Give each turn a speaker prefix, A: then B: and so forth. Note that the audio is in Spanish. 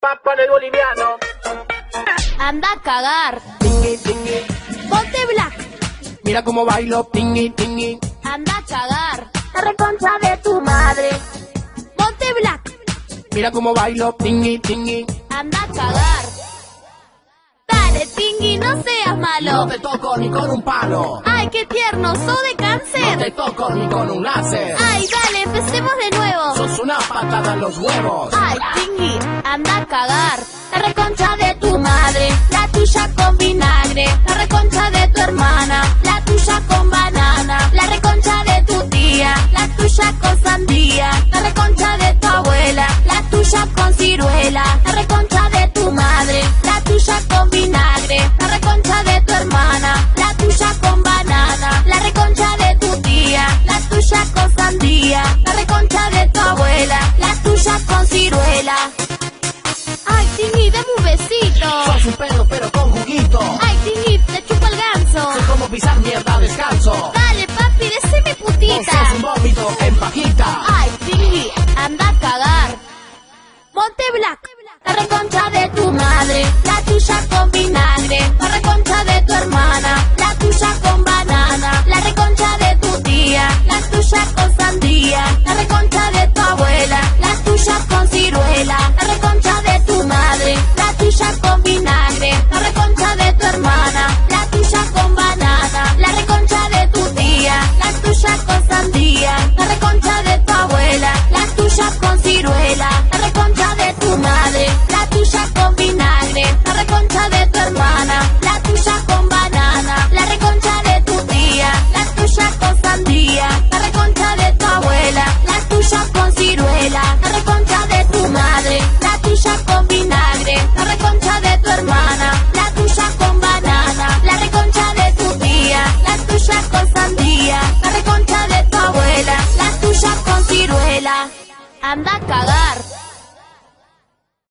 A: papa en el boliviano.
B: Anda a cagar.
A: Tingui, tingui,
B: Ponte black.
A: mira cómo bailo, tingui, tingui.
B: Anda a cagar.
C: La reconcha de tu madre.
B: Ponte black.
A: Mira cómo bailo, tingui, tingui.
B: Anda a cagar. Dale, Tingui, no seas malo.
A: No te toco ni con un palo.
B: Ay, qué tierno, so de
A: No te
B: cáncer.
A: toco ni con un láser.
B: Ay, dale, empecemos de nuevo.
A: Sos una patada en los huevos.
B: Ay, Tingui, anda a cagar.
C: La reconcha de tu madre. La tuya con vinagre. La reconcha de tu hermana. La tuya con banana. La reconcha de tu tía. La tuya con sandía. La reconcha de tu abuela. La tuya con ciruela. La reconcha de tu madre. La tuya con vinagre. La reconcha de tu hermana. La tuya con banana. La reconcha de tu tía. La tuya con sandía. La reconcha de tu abuela. La tuya con ciruela.
B: Ay, Tingui, dame un besito.
A: Sos un perro pero con juguito.
B: Ay, Tingui, te chupa el ganso.
A: Soy como pisar mierda descalzo.
B: Dale, papi, decime
A: Vos
B: putita.
A: sos un vómito en pajita.
B: Ay, Tingui, anda a cagar. Monte black.
C: La reconcha de tu madre, la tuya con vinagre, la reconcha de tu hermana, la tuya con banana, la reconcha de tu tía, la tuya con sandía, la reconcha de tu abuela, la tuya con ciruela, la reconcha de tu madre, la tuya con vinagre, la reconcha de tu hermana, la tuya con banana, la reconcha de tu tía, la tuya con sandía, la reconcha de tu abuela, la tuya con ciruela, la reconcha de tu madre, la tuya con vinagre, la reconcha de tu hermana, la tuya con banana, la reconcha de tu tía, la tuya con sandía, la reconcha de tu abuela, la tuya con ciruela, la reconcha de tu madre, la tuya con vinagre, la reconcha de tu hermana, la tuya con banana, la reconcha de tu tía, la tuya con sandía, la reconcha de tu abuela, la tuya con ciruela.
B: Anda a cagar.